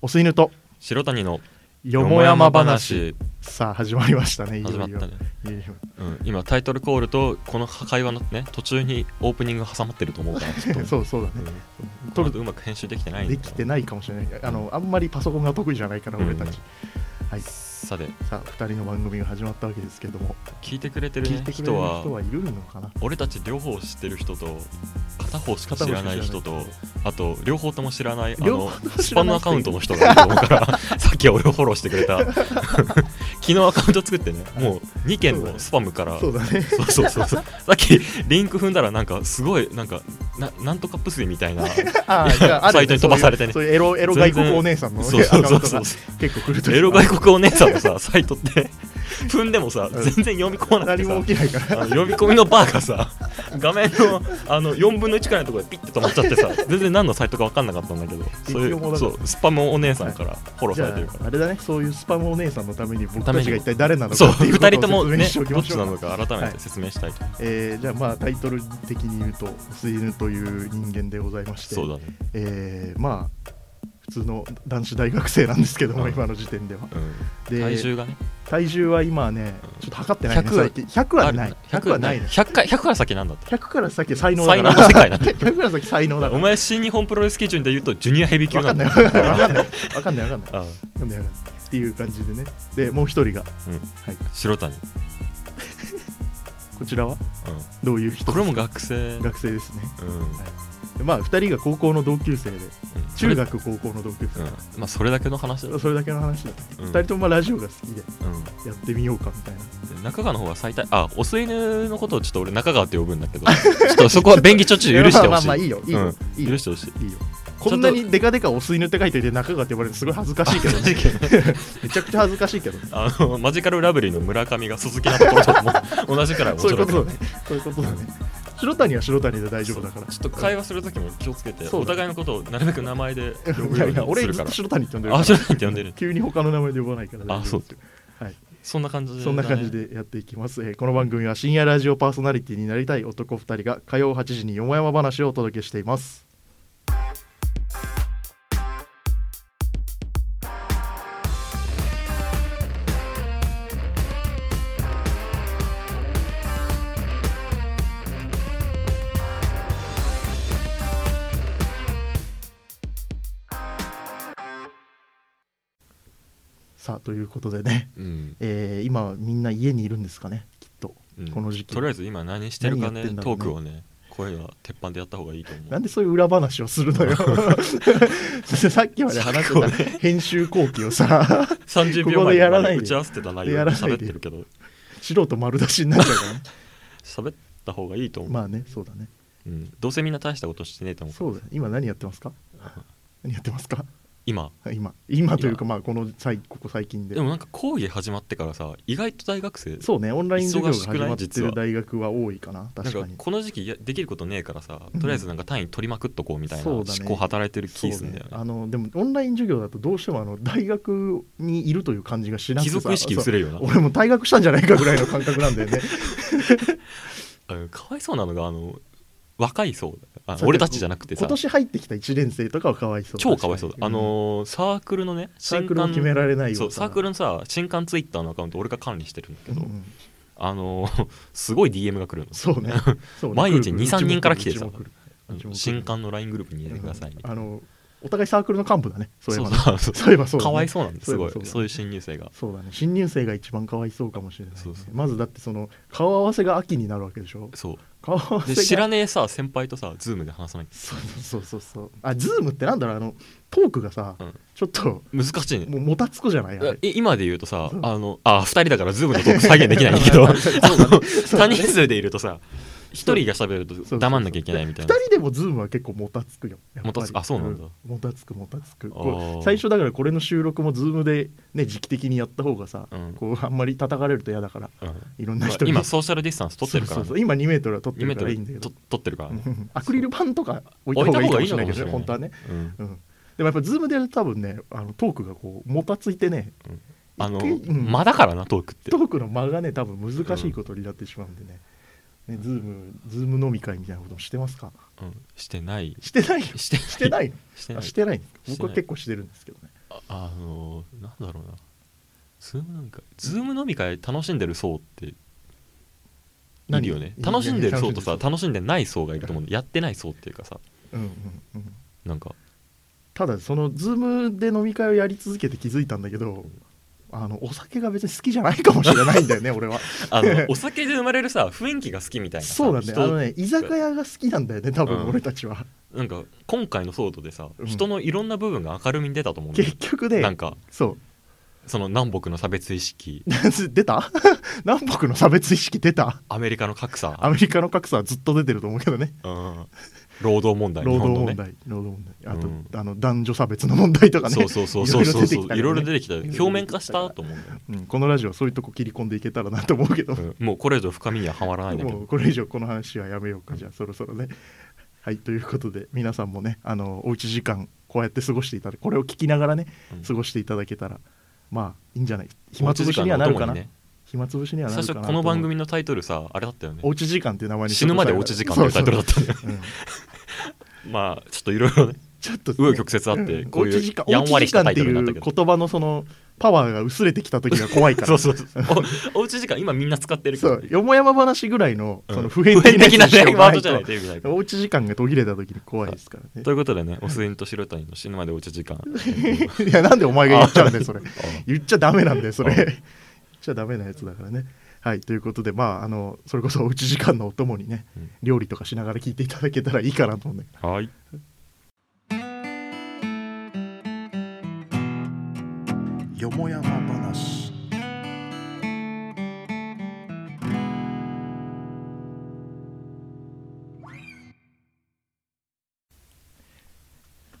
お吸いぬと白谷のよもやま話さあ始まりましたねいよい始よまったいね、よいようん、今タイトルコールとこの会話のね途中にオープニング挟まってると思うからちょっ とそうそうだねうん、撮撮るるとうまく編集できてないんだでよきてないかもしれないあのあんまりパソコンが得意じゃないからうん俺たち、はいささてあ2人の番組が始まったわけですけども聞いてくれてる,、聞ね、いてくれる人は人はいるのかな俺たち両方知ってる人と片方しか知らない人片方しとかあと両方とも知らないあ両の方とも知らない人スパムアカウントの人がいると思うから さっき俺をフォローしてくれた 昨日アカウント作ってねもう2件のスパムからそうだねそうそうそうそう。さっきリンク踏んだらなんかすごいなんかななんとかプスみた いな。あーじ ゃああるサイトに飛ばされてねそういうそういうエロエロ外国お姉さんのそうそうそうアカそウンうト。が結構来るとエロ外国お姉さんのさサイトって 踏んでもさうん全然読み込まなく何てさも。起きないかあらの読み込みのバーがさ画面のあの4分の1くらいのところでピッて止まっちゃってさ全然何のサイトか分かんなかったんだけどそうい一応もううだかそらうスパムお姉さんからフォローじされゃてるからああれだねそういうスパムお姉さんのために僕たためにちが一体誰なのそうかっていう2人とこともを説明ねしておきどまっしちょうなのか改めはいて説明したいと、えーじゃあまあタイトル的に言うと「スイヌ」という人間でございましてそうだねえーまあ普通の男子大学生なんですけども、うん今の時点ではうんで体重がね体重は今ねちょっと測ってないね100最近100はないある100はないね100か100から先なんだって100から先才能だ才か能らの世界だって 100から先才能だかおら前新日本プロレス基準で言うとジュニアヘビー級分かなんんないだ 分かんない分かんない分かんないああ分かんない分かんないっていう感じでねでもう一人が白谷、うん、こちらはどういう人これも学生、学生ですねうんでまあ2人が高校の同級生でうん中学高校の同級そ生れうんまあそれだけの話だ、うんそれだけの話だ、うん2人ともまあラジオが好きでうんやってみようかみたいなで中川の方が最大あお吸い犬のことをちょっと俺中川って呼ぶんだけど ちょっとそこは便宜処置許してほし まあいまあまあいいよいいよ、うんいいよ許してほしいいいよこんなにデカデカお吸いぬって書いてて中がって呼ばれてすごい恥ずかしいけど ねめちゃくちゃ恥ずかしいけどあのマジカルラブリーの村上が鈴木なところとも同じくらい面そういうこと白いだねそういうことだね白谷は白谷で大丈夫だからちょっと会話するときも気をつけて、そうお互いのことをなるべく名前で呼ぶいやいようやにす俺るずかっらと白谷って呼んでるあか白ら谷って呼んでる急に他の名前で呼ばないから大丈夫あそうっていうはいそんな感じだねそんな感じでやっていきます、えーこの番組は深夜ラジオパーソナリティになりたい男2人が火曜8時によもやま話をお届けしていますさあということでねうんえー今みんな家にいるんですかねきっとうんこの時期とりあえず今何してるか何ねやってんだろうトねークをね声は鉄板でやった方がいいと思うなんでそういう裏話をするの よさっきまで話してた編集後期を さ30こ秒こで前やらまないでで打ち合わせてた内や容でらないで喋ってるけど素人丸出しになっちゃう からね喋った方がいいと思う、まあねそうだねうん、どうせみんな大したことしてねえと思うそうだね今何やってます か何やってますか今今今というかまあこの際ここ最近ででもなんか講義始まってからさ意外と大学生そうねオンライン授業が忙しく始ないまって実はる大学は多いかななん確かかにこの時期やできることねえからさとりあえずなんか単位取りまくっとこうみたいなそう思だね考働いてる気すそうんねだよねあのでもオンライン授業だとどうしてもあの大学にいるという感じがしなく貴てさ族意識薄れるよな俺も退学したんじゃないかぐらいの感覚なんだよねあのかわいそうなのがあの若い層あそう俺たちじゃなくてさ今年入ってきた1年生とかはかわいそう超かわいそうだ、あうんのーサークルのねサークルも決められないよそうサークルのさ新刊ツイッターのアカウント俺が管理してるんだけうんど、うんあのー すごい DM が来るのそうねそうね毎来日る2 3人から来てうちさも来るあのうちも来る新刊の LINE グループに入れてくださいみたいあな、のお互いサークルの幹部だねそういえばねそうそうそういえばそうだねかわいそうなんですすごいそそうだうねいう新入生がそうだね新入生が一番かわいそうかもしれないね、そうそうまずだってその顔合わせが秋になるわけでしょそ顔合わうでせ知がらねえさ先輩とさズームで話さないそうそうそうそうあズームってなんだろうあのトークがさ、うんちょっと難しいねもうもたつくじゃないあれえ今で言うとさそうあのあ2人だからズームのトーク再現できないんだけ どそうだ他ね人数でいるとさ1人が喋るそうそとう黙んなきゃいけないみたい2な人でもズームは結構もたつくよやっぱりもたつくあそうなんだもたつくもたつくあーこう最初だからこれの収録もズームでね時期的にやった方がさ、うんこうあんまり叩かれると嫌だからうんいろんなまあ人に今ソーシャルディスタンス取ってるからそうねそうそう今2メートルは取ってるからいいんだけ 2m どと取ってるからね、 アクリル板とか置いた方がいいかもしれないけどね、置本い当たは方がねいい。のかもしれないうんうんでもやっぱ、ズームでやると多分ね、あのトークがこう、もたついてね、あの、うん間だからなトークってトークの間がね、多分難しいことになってしまうんでね、ねズーム、ズーム飲み会みたいなこともしてますかうん、してないしてないよ。してしてないのしてなあいしてないのしてない僕は結構してるんですけどね。あのなんだろうなズーム飲み会ズーム飲み会楽しんでる層っているよねい楽しんでる層とさ楽しんでる楽しんでない層がいると思うんでやってない層っていうかさうんうんうんなんかただそのズームで飲み会をやり続けて気づいたんだけどあのお酒が別に好きじゃないかもしれないんだよね 俺はあ のお酒で生まれるさ雰囲気が好きみたいなさそうだね人あのね居酒屋が好きなんだよね多う分ん俺たちは、なんか今回の騒動でさ、うん人のいろんな部分が明るみに出たと思うんだよ結局なんねかそう その南北の差別意識出た 南北の差別意識出たアメリカの格差、アメリカの格差はずっと出てると思うけどねうん労働問題労日働問本のね題、労働問題あと、うんあの男女差別の問題とかねそうそうそうそうそうそういいろろいいろろ出出てきた,、表面化したと思うんだよねうん、このラジオそういうとこ切り込んでいけたらなと思うけど、うんもうこれ以上深みにははまらないんだけもどうこれ以上この話はやめようかじゃあそろそろねはいということで皆さんもねあのおうち時間こうやって過ごしていただこれを聞きながらねうん過ごしていただけたらまあいいんじゃない暇つぶしにはなるかな、おうち時間のお供にね暇つぶしにはな最るか初なこの番組のタイトルさあれだったよねおうち時間っていう名前に死ぬまでおうち時間っていうタイトルだったんだよそうそううん まあちょっといろいろねちょっとね、紆余曲折あってんこういうおうち時間やんわりしたタイトルになったけおどうち時間っていう言葉のそのパワーが薄れてきた時が怖いからそうそうそうおおうち時間今みんな使ってるけそどうよもやま話ぐらいのうんその普遍的なやつにしようワがなードいじゃないとテレビないおうち時間が途切れた時に怖いですからね ということでね、おすんと白谷の死ぬまでおうち 時間。いやなんでお前が言っちゃうんだよそれあ言っちゃダメなんだよそれあ言っちゃダメなやつだからねはいということでまああのそれこそおうち時間のお供にね、うん料理とかしながら聞いていただけたらいいかなと思うんだけどはい。よもやま話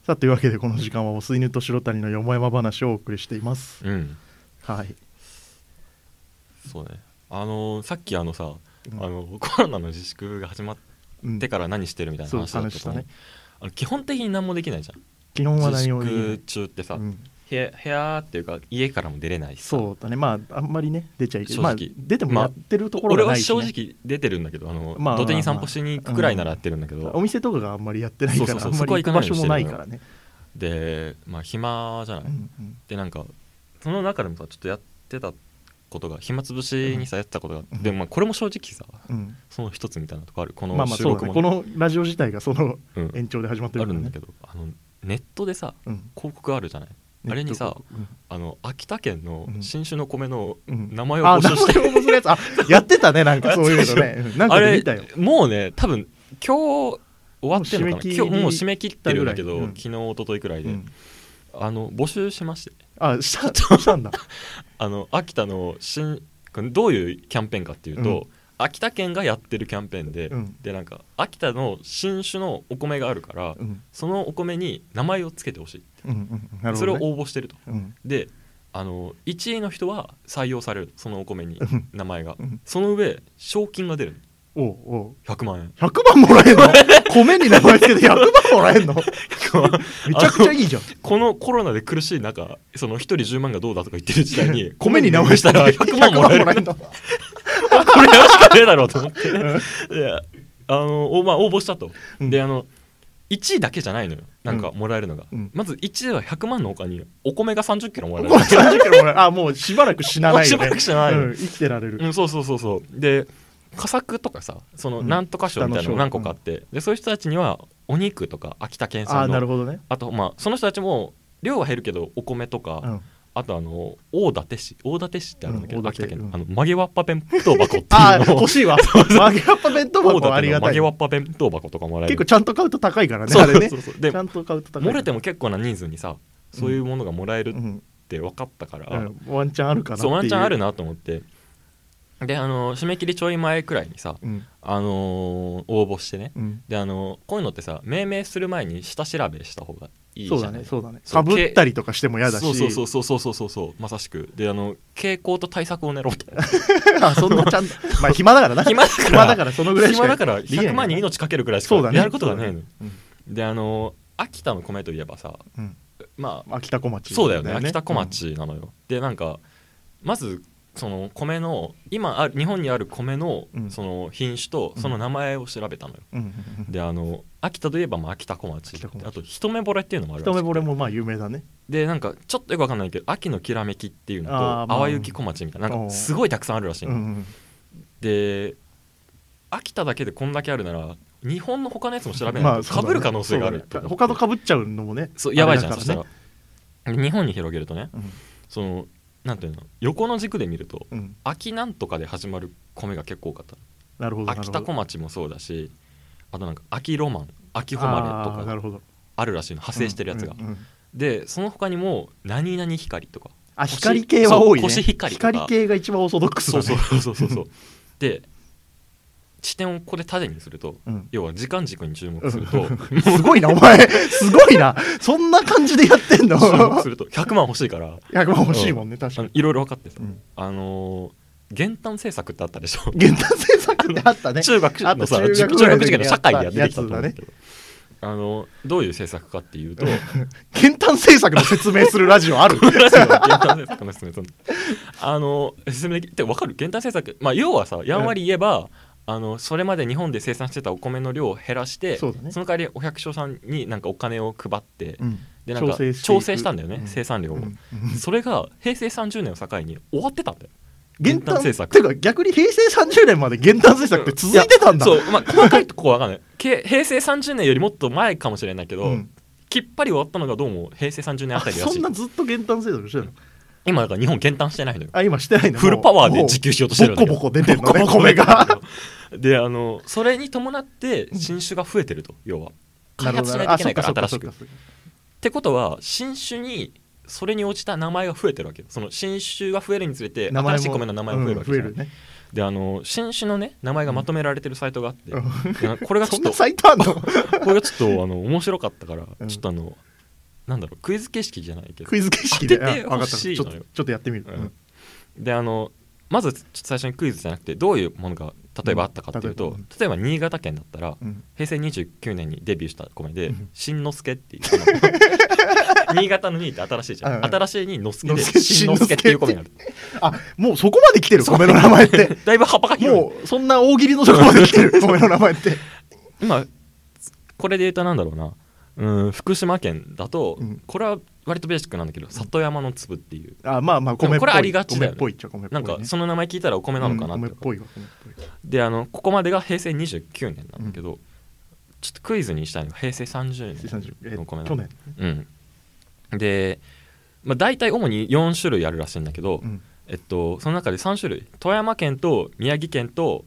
さあというわけでこの時間はお吸い犬と白谷のよもやま話をお送りしていますうん。はい、そうね。あのーさっきあのさ、うあんのコロナの自粛が始まっうんてから何してるみたいなそう話だった話しとた思うね。あの基本的に何もできないじゃ基本はん。自何を言えない粛中ってさ、うん部屋部屋っていうか家からも出れないしさ。そうだねまああんまりね出ちゃいけ正な直い、まあ、出てもやってるところ俺がなはいし、ね正直出てるんだけど、あの、まあ土手に散歩しに行くくらいならやってるんだけど、お店とかがあんまりやってないからそうそうそうあんそこまはり行行かくない場ように所もないからね、で、まあ暇じゃない。うんうんでなんかその中でもさちょっとやってたことが暇つぶしにさやってたことがあって、うんでもまあこれも正直さうん、その一つみたいなとこあるこまのあまあ収そう録だねもこね、のラジオ自体がそのうん延長で始まってあるるからんだねけどあのネットでさうん広告あるじゃないあれにさネットあの秋田県のうん新種の米のうん名前をあ募名集して、前を募集するやつあやってたねなんかそういうの ねなんあかでれ見たよもうね多分今日終わってるのかなもう締め切り今日もう締め切ってるんだけど、うん昨日一昨日くらいで、うんあの募集しましてあしたしたんだあの秋田の新どういうキャンペーンかっていうと、秋田県がやってるキャンペーンで、うんでなんか秋田の新種のお米があるから、うんそのお米に名前をつけてほしい、うんうんなるほど、ね、それを応募してるとうんであの1位の人は採用されるそのお米にうん名前が、うんその上賞金が出るおうおう100万円100万もらえん の米に名前つけて100万もらえんのめちゃくちゃいいじゃんこのコロナで苦しい中その1人10万がどうだとか言ってる時代に米に名前したら100万もらえる のこれやるしかねえだろうと思ってねであのおまあ、応募したと、うんであの1位だけじゃないのよなんかもらえるのが、うんまず1位は100万のほかにお米が3 0キロもらえるもう30キロもらえるあもうしばらく死なないよ、ね、しばらく死なないうん、生きてられる、うん、そうそうそうそうで佳作とかさそのうんなんとか賞みたいなの北の賞何個かあって、でそういう人たちにはお肉とか秋田県ああ産のなあるほどね、とまあその人たちも量は減るけどお米とか、うん、あとあの大館市大館市ってあるんだけど、うん大秋館田県の,、うんあの曲げわっぱ弁当箱っていう ああのを欲しいわ曲げわっぱ弁当大箱はあ館りがの曲たいげわっぱ弁当箱とかもらえ結る構ちゃんと買うと高いからねそうあれねそうそうそうでちゃんと買うと高い漏れても結構な人数にさそういうものがもらえるうっん、て分かったから、うんワンチャンあるかなってそいううワンチャンあるなと思ってであの締め切りちょい前くらいにさ、うんあのー応募してねうんであのこういうのってさ命名する前に下調べした方がいいじそうゃだないねそうだねそかうぶったりとかしても嫌だしそうそうそうそうそうそうそうまさしくであの傾向と対策を練ろうと あそんなちゃんとまあ暇だからな暇だから暇だからそのぐらいしか暇だからできない100万に命かけるくらいしかそうだねやることがないの、うんであの秋田の米といえばさうんまあ秋田小町そうだよね秋田小、町なのよ、でなんかまずその米の今ある日本にある米のうんその品種とその名前を調べたのよ、うんうんうんうんであの秋田といえばまあ秋田小町秋田小町あと一目惚れっていうのもあるらし一く目て惚れもまあ有名だねでなんかちょっとよくわかんないけど秋のきらめきっていうのとあーまあ淡雪小町みたいななんおうかすごいたくさんあるらしいうんうの、んで秋田だけでこんだけあるなら日本の他のやつも調べまなあいそとうだねかぶる可能性があるってそうだね他とかぶっちゃうのもねそうやばいじゃん、あれそだしかたらねら日本に広げるとねそのなんていうの横の軸で見るとうんうん秋なんとかで始まる米が結構多かったなるほどなるほ秋ど田小町もそうだしあとなんか秋ロマン秋あ誉れとーかながるほどあるらしいの派生してるやつが、うんうんうんでその他にも何々光とかあ星光系は多いねそう星光とか光系が一番オーソドックスだそねうそうそうそうそうで地点をここで縦にするとうん要は時間軸に注目するうとすごいなお前すごいなそんな感じでやってんの注目すると100万欲しいから100万欲しいもんね確あかのにいろいろ分かってさ、うんあのー減反政策ってあったでしょ、原炭制作であったね中学あったのさ中中学学ぐらいの時に時代の社会でやってきたやつと思だうねけど、あのどういう政策かってい うと原炭制作の説明するラジオ あるラジオの減反政策の説明そのあの説明できって分かる減反政策、まあ、要はさやんわり言えば、あのそれまで日本で生産してたお米の量を減らしてそうだねの代わりお百姓さんになんかお金を配って、うんでなんか調整していく調整したんだよね、うん生産量を、うんそれが平成30年を境に終わってたんだよ原炭原炭政政策策ていうか逆に平成30年まで原炭政策って続いてたんだそう、まあ、細かいとこは分かんないけ平成30年よりもっと前かもしれないけど、うんきっぱり終わったのがどうも平成30年ああたりらそしんいなずっと原炭政策してるの今だから日本減反してないのよあ今してないのフルパワーで自時給しようとしてるんだボけコボどコ出てるのボねコボコ米がであのそれに伴って新種が増えてると要は開発しないといけないから新しくっあそっかそっかそっかてことは新種にそれに応じた名前が増えてるわけよその新種が増えるにつれて名前も新しい米の名前が増えるわけうんじ増えゃない、るねであの新種のね名前がまとめられてるサイトがあって、うんなこれがそちょんっなとサイトあんのこれがちょっとあの面白かったから、うんちょっとあのなんだろうクイズ形式じゃないけ どクイズ形式で当ててあわかったほしいちょっのよとちょっとやってみるうんであのまずちょっと最初にクイズじゃなくてどういうものが例えばあったかっていうと、うん例え例えば新潟県だったらうん平成29年にデビューした米でうん「しんのすけ」っていう 新潟の「に」って新しいじゃん、うんうん新しいに「のすけ」のですけしんのすけっていう米になるあもうそこまで来てる米の名前 ってだいぶ幅が広いもうそんな大喜利のとこまで来てる米の名前って今これで言うとなんだろうなうん福島県だと、うんこれは割とベーシックなんだけど里山の粒っていうあまあまあ米っぽでいもこれありがちだよ米ねっぽいっちゃ米っぽい、なね、んかその名前聞いたらお米なのかなうっんて米っぽいわ米っぽいであのここまでが平成29年なんだけど、ちょっとクイズにしたいのが平成30年30えの米な去の年、うん、で、まあ、大体主に4種類あるらしいんだけど、うんえっと、その中で3種類富山県と宮城県と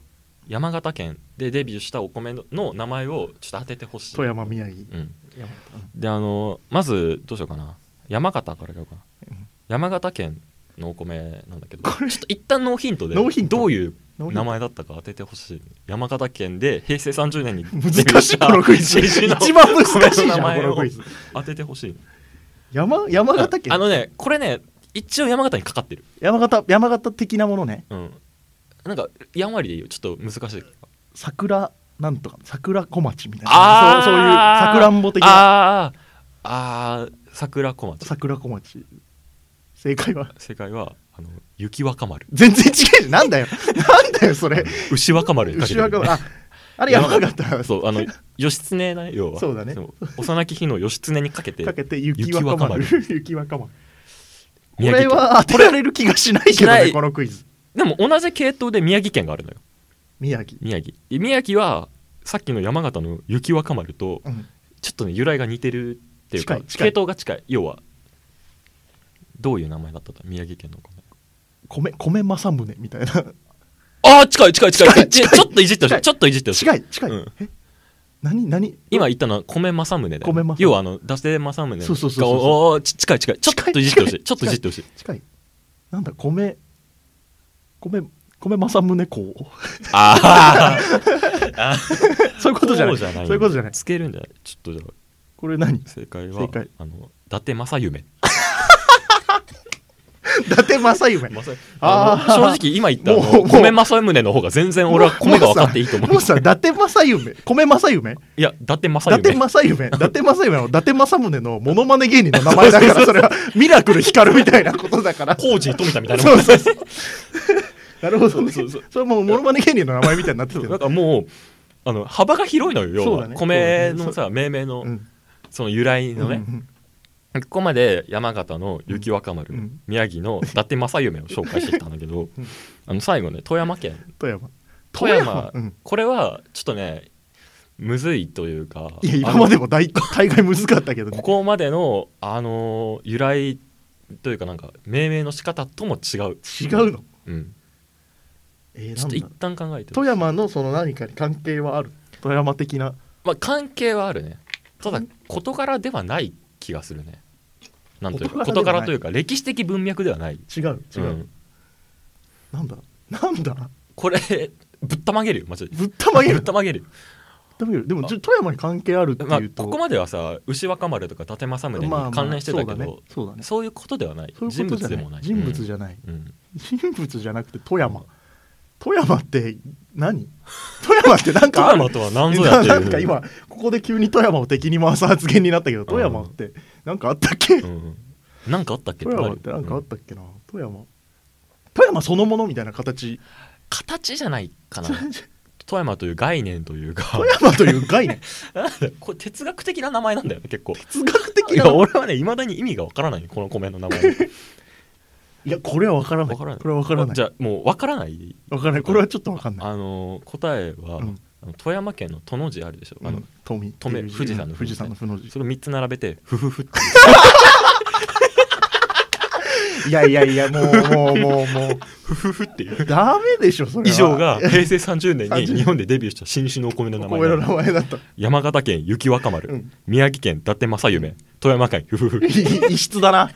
山形県でデビューしたお米のの名前をちょっと当ててほしい富、山宮城うん、山形であのまずどうしようかな山形からいこうかな、うん山形県のお米なんだけどこれちょっと一旦ノーヒントでノーヒントどういうノーヒント名前だったか当ててほしい山形県で平成30年に 難しいこのクイズ新一種の番難しいじゃん米の名前こをのクイズ当ててほしい山山形県あのねこれね一応山形にかかってる山形山形的なものねうんなんかやんわりでいいよちょっと難しい桜なんとか桜小町みたいなあーそうそういうさくらんぼ的なあーあー桜小町桜小町正解は正解はあの雪若丸全然違うじゃんなんだよなんだよそれ牛若丸にかけ牛てる若ああれ山形そうあの義経な要はそうだねう幼き日の義経にかけてかけて雪若丸雪若丸こ宮城れ県は当てられる気がしないけどしなねいこのクイズでも同じ系統で宮城県があるのよ宮城宮城で宮城はさっきの山形の雪若丸とうんちょっとね由来が似てるっていうか近い近い系統が近い要はどういう名前だったと宮城県の米米米政宗みたいなああ近い近い近い近い近い近いちょっといじってほし近いいちょっといじってほしい近い近い、うんえ何何今言ったのは米正宗だよ米正宗要はあの伊達政宗そうそうそうそうおおち近い近いちょっといじってほし近いいちょっといじってほしい 近いなんだ米米米政宗公 あそういうあことじゃないそういうことじゃないつけるんじゃないちょっとじゃあこれ何伊正解は正解あの伊達政宗達政夢まさあーあの正直今言ったあのもうもう米正宗の方が全然俺は米が分かっていいと思うもうさもうさ伊達政夢米政夢伊いや伊達正達宗政夢伊達政夢の伊達政宗のモノマネ芸人の名前だからそ れはミラクル光るみたいなことだから工事富田みたいなそもうんそうそうなるほどねそうそうそうそれもうモノマネ芸人の名前みたいになってきてなんるかもうあの幅が広いのよ要そうだはね米そうのださ命名のうんその由来のうねんここまで山形の雪若丸、うん宮城の伊達政夢を紹介してきたんだけど、うんあの最後ね富山県富山富山うん、これはちょっとねむずいというかいやあ今のまでも大大概難しかったけどねここまでの、あのー由来というかなんか命名の仕方とも違う、違うの、うん、えーちなょっんとだ一旦考えて富山のその何かに関係はある富山的なまあ関係はあるねただ事柄ではない気がするねなんというか事事柄では柄とないいうか歴史的文脈ではない違う違う、うんなんだなんだこれぶったまげるよマジでぶったまげぶる ったまげるよぶったまげるでもちょ富山に関係あるってまあいうと、ここまではさ牛若丸とか伊達政宗に関連してたけど、まあまあそうだねそういうことではないそうだねそう人いうことじゃない物でもない人物じゃない、うんうん人物じゃなくて富山富山って何富山ってなん富かある山とは何ぞやっていう なんか今ここで急に富山を敵に回す発言になったけど富山ってなんかあったっけ、うんなんかあったっけ富山ってなんかあうっんたっけな、富山富山そのものみたいな形形じゃない かな富富山という概念というか山という概念なんだ これ哲学的な名前なんだよね結構哲学い的なや俺はねいまだに意味がわからないこの米の名前いやこれは分からないわからないこれは分からないじゃあもうわからない分からないこれはちょっと分かんないあのー答えは、うんあの富山県の都の字あるでしょ、あの富っていう富め富士山の富士山の富の字それを3つ並べて ふふふっていやいやいやもうもうもうもうふふふっていうダメでしょそれ以は上が平成30年に30日本でデビューした新種のお米の名お前米の名前だった山形県雪若丸、うん宮城県伊達政夢富山県ふふふい異質だな。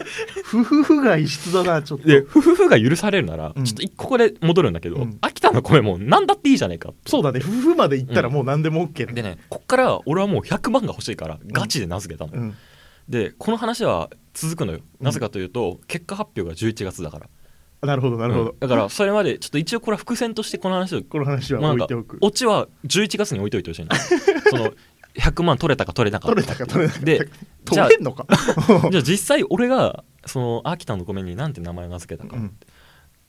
ふふふが異質だな、ちょっと。でふふふが許されるなら、うんちょっと一個ここで戻るんだけど、うん秋田の米も何だっていいじゃねえかそうだね、ふふまで行ったらうもう何でも OK だ、でねこっから俺はもう100万が欲しいからガチで名付けたの、うん。でこの話は続くのよなぜかというと、結果発表が11月だからなるほど、なるほど。うんだからそれまでちょっと一応これは伏線としてこの話をこの話まはあ置ないんてかおく。オチは11月に置いといてほ しいなその100万取れたか取れなかっ取たれたか取れなかったでか。じゃあ取れんのか。じゃあ実際俺がその秋田の米になんて名前を名付けたか、うん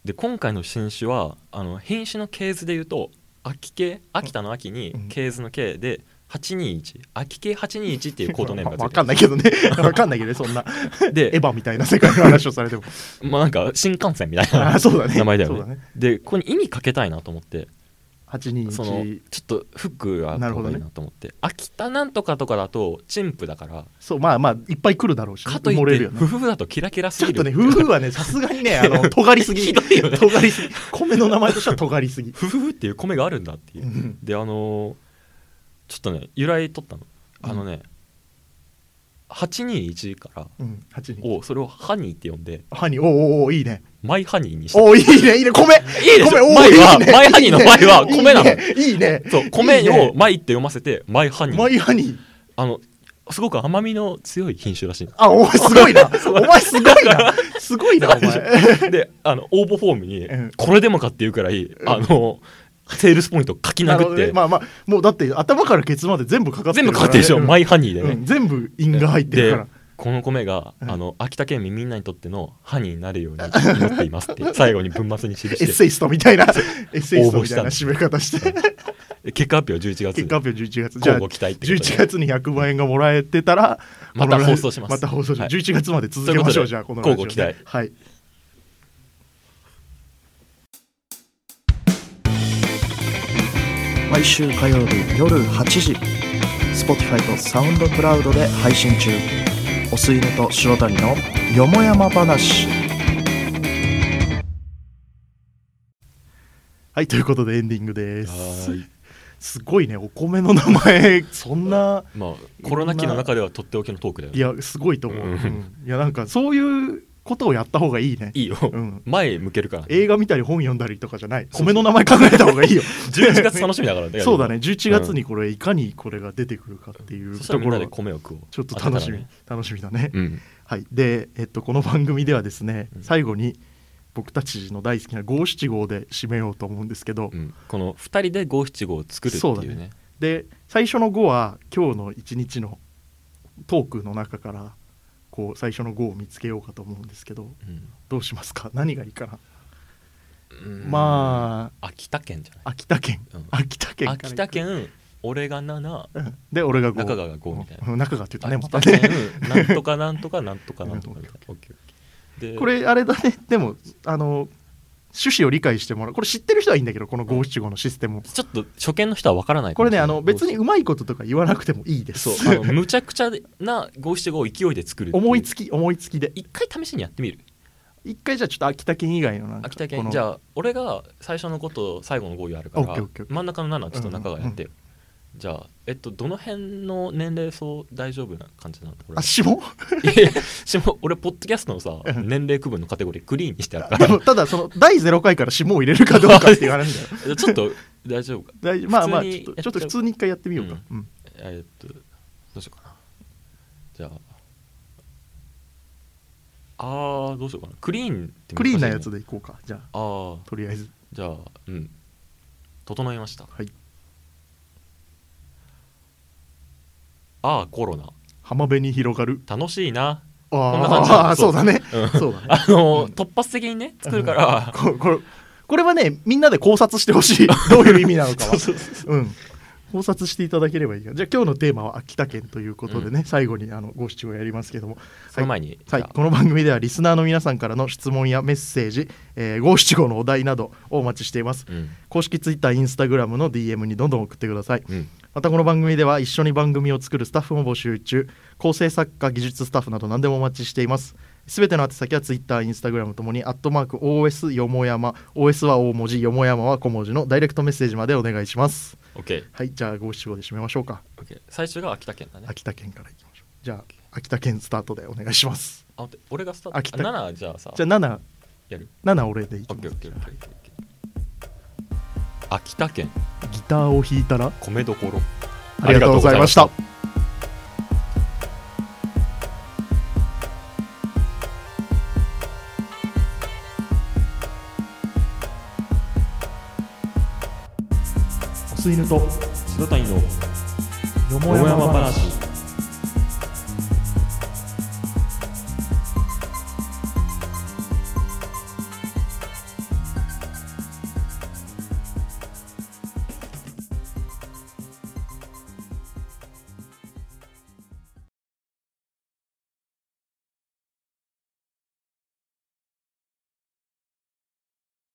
で今回の新種はあの品種の系図で言うと秋系秋田の秋にうん系図の系で821秋系821っていうコードネーまムあがわついてかんないけど ね。わかんないけどね、そんな。るエでヴァみたいな世界の話をされても。まあなんか新幹線みたいあなあ、そうだね。 名前だよそねうだね。でここに意味かけたいなと思ってその821。ちょっとフックがあった方がいいなと思って、秋田なんとかとかだとチンプだからそう、まあまあ、いっぱい来るだろうし、かとい埋もっれてるよ夫ね。婦だとキラキラすちょっぎるとね、夫婦はね、さすがにね、あの、尖りすぎ。ひどいよね尖りすぎ。米の名前としては尖りすぎ。夫婦っていう米があるんだって いうう、んであのーちょっとね由来取ったのあのね、821からうん、821。をそれをハニーって呼んでハニー、おうおうおういいね。マイハニーにしたおおいいねいいね米いいでしょ米おー前はいいね前ハニーの前は米なのいいねいいねそう米いいねをマイって読ませてマイハニマーイハニーあのすごく甘みの強い品種らしいのあお前すごいな お前すごいなすごいなお前であの応募フォームにうんこれでもかっていうくらいあのセールスポイント書きなるほ殴どっねてまあまあもうだって頭からケツまで全部かかって全る部ら買ってるでしょうんマイハニーでうねん全部印が入ってるからでこの米がうんあの秋田県民みんなにとってのハニーになるように祈っていま すって最後に文末に記エッしてセイストみたいな エッセイストみたい応な締募め方してで結果発表11月 結に果発表11月じゃ交あ互期待ってこと11で月に100万円がもらえてたらまた放送しますまた放送しまはいす11月まで続けましょうじとゃあいうこことのでラジオね乞うご期はい毎週火曜日夜8時 Spotify とサウンドクラウドで配信中お吸い寝と白谷のよもやま話はいということでエンディングですはーいすごいねお米の名 前そんなまあコロナ期の中ではとっておきのトークだよいねやすごいと思う、うんうんいやなんかそういうことをやった方がいいねいいようん前向けるから映画見たり本読んだりとかじゃない米の名前考えた方がいい よ11月楽しみだから ねそうだね11月にこれいかにこれが出てくるかっていうそしたとらみこんろなはで米を食おうちょっと楽しみ、当た楽しみだね、らないうんはいで、えっと、この番組ではですね、うん最後に僕たちの大好きな五七五で締めようと思うんですけど、うんこの2人で五七五を作るってそういだうねねで最初の5は今日の一日のトークの中からこう最初の5を見つけようかと思うんですけどどうしますか何がいいかな、まあ秋田県じゃないあ秋田県、うん秋田県から秋田県俺が7うんで俺が5中川が5みたいなな中川って言ったねまた秋田ね県なんとかなんとかなんとかなんとかみたいなオッケーオッケー でこれあれだねでもあの趣旨を理解してもらうこれ知ってる人はいいんだけどこの五七五のシステムをちょっと初見の人は分からないかこもれしねないあの別にうまいこととか言わなくてもいいですそうあのむちゃくちゃな五七五を勢いで作るっ てう思いつき思いつきで一回試しにやってみる一回じゃあちょっと秋田県以外のなんか秋田こ県のじゃあ俺が最初の5と最後の5あるかオッらケーオッケーオッケー真ん中の7ちょっと中がやってよ、じゃあえっとどの辺の年齢層大丈夫な感じなのこれあ下いやしも俺ポッドキャストのさうん年齢区分のカテゴリークリーンにしてある かでもただその第0回から下を入れるかどうかって 言われるんだよらちょっと大丈夫か大丈夫まあまあ普ち通にょっとちょっと普通に一回やってみようか、うんえーっとどうしようかなじゃああーどうしようかなクリーンって難しいねクリーンなやつでいこうかじゃあああとりあえずじゃあうん整いましたはいああコロナ浜辺に広がる楽しいなあこんな感じだあーそうだねうん そうだね あのー、うん突発的にね作るか らここれこれはねみんなで考察してほしいどういう意味なのかはうん考察していただければいいかじゃあ今日のテーマは秋田県ということでね、最後にあの五七五やりますけどもその前に、はい、この番組ではリスナーの皆さんからの質問やメッセージえー五七五のお題などをお待ちしていますうん公式ツイッターインスタグラムの DM にどんどん送ってくださいうんまたこの番組では一緒に番組を作るスタッフも募集中構成作家技術スタッフなど何でもお待ちしていますすべての宛先はツイッターインスタグラムともに「アットマーク #OS よもやま」OS は大文字よもやまは小文字のダイレクトメッセージまでお願いしますオッケーはいじゃあ五七五で締めましょうかオッケー最初が秋田県だね秋田県からいきましょうじゃあ秋田県スタートでお願いしますあ待って俺がスタート秋田あ7じゃあさじゃあ7やる7俺でいオきッまケーオすッケーオッケーオッケー秋田県ギターを弾いたら米どころありがとうございましたお吸い犬と白谷のよ桃山話